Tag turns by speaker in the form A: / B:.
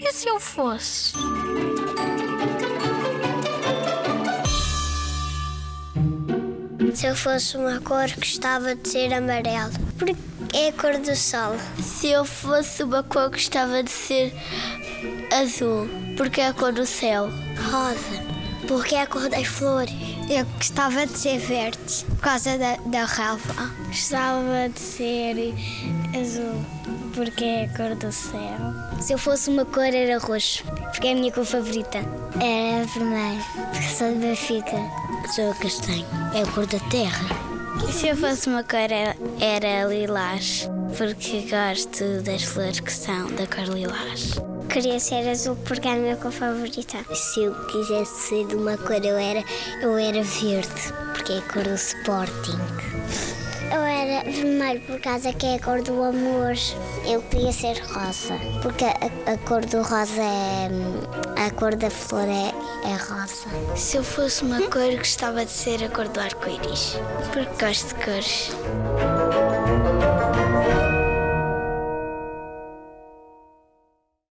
A: E se eu fosse?
B: Se eu fosse uma cor, gostava de ser amarelo, porque é a cor do sol.
C: Se eu fosse uma cor, gostava de ser azul, porque é a cor do céu.
B: Rosa, porque é a cor das flores.
D: Eu gostava de ser verde, por causa da, da relva.
E: Gostava de ser azul, porque é a cor do céu.
F: Se eu fosse uma cor, era roxo, porque é a minha cor favorita.
G: Era vermelho, porque sou de Benfica.
H: Sou castanho, é a cor da terra.
I: E se eu fosse uma cor
B: é,
I: era, era, lilás, porque gosto das flores que são da cor lilás.
J: Queria ser azul porque é a minha cor favorita.
K: Se eu quisesse ser de uma cor eu era, eu era verde, porque é a cor do Sporting.
L: Eu era vermelho por causa que é a cor do amor.
M: Eu queria ser rosa, porque a, a cor do rosa é. a cor da flor é, é rosa.
N: Se eu fosse uma cor, gostava de ser a cor do arco-íris, porque gosto de cores.